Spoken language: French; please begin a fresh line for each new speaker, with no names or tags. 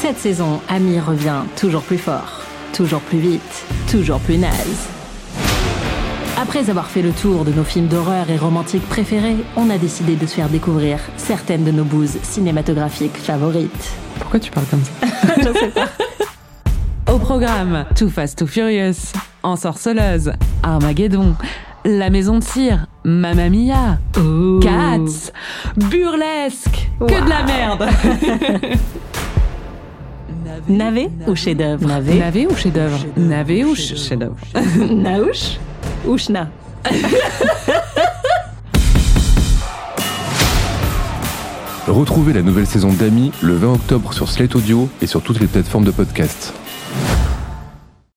Cette saison, Ami revient toujours plus fort, toujours plus vite, toujours plus naze. Après avoir fait le tour de nos films d'horreur et romantiques préférés, on a décidé de se faire découvrir certaines de nos bouses cinématographiques favorites.
Pourquoi tu parles comme ça
Je sais pas.
Au programme, Too Fast Too Furious, Ensorceleuse, Armageddon, La Maison de Cire, Mamma Mia, Cats, Burlesque, que de la merde
Navet ou chef-d'œuvre Navet
Navé ou chef-d'œuvre Navé ou ch- chef-d'œuvre
Naouche ou Chna
Retrouvez la nouvelle saison d'Ami le 20 octobre sur Slate Audio et sur toutes les plateformes de podcast.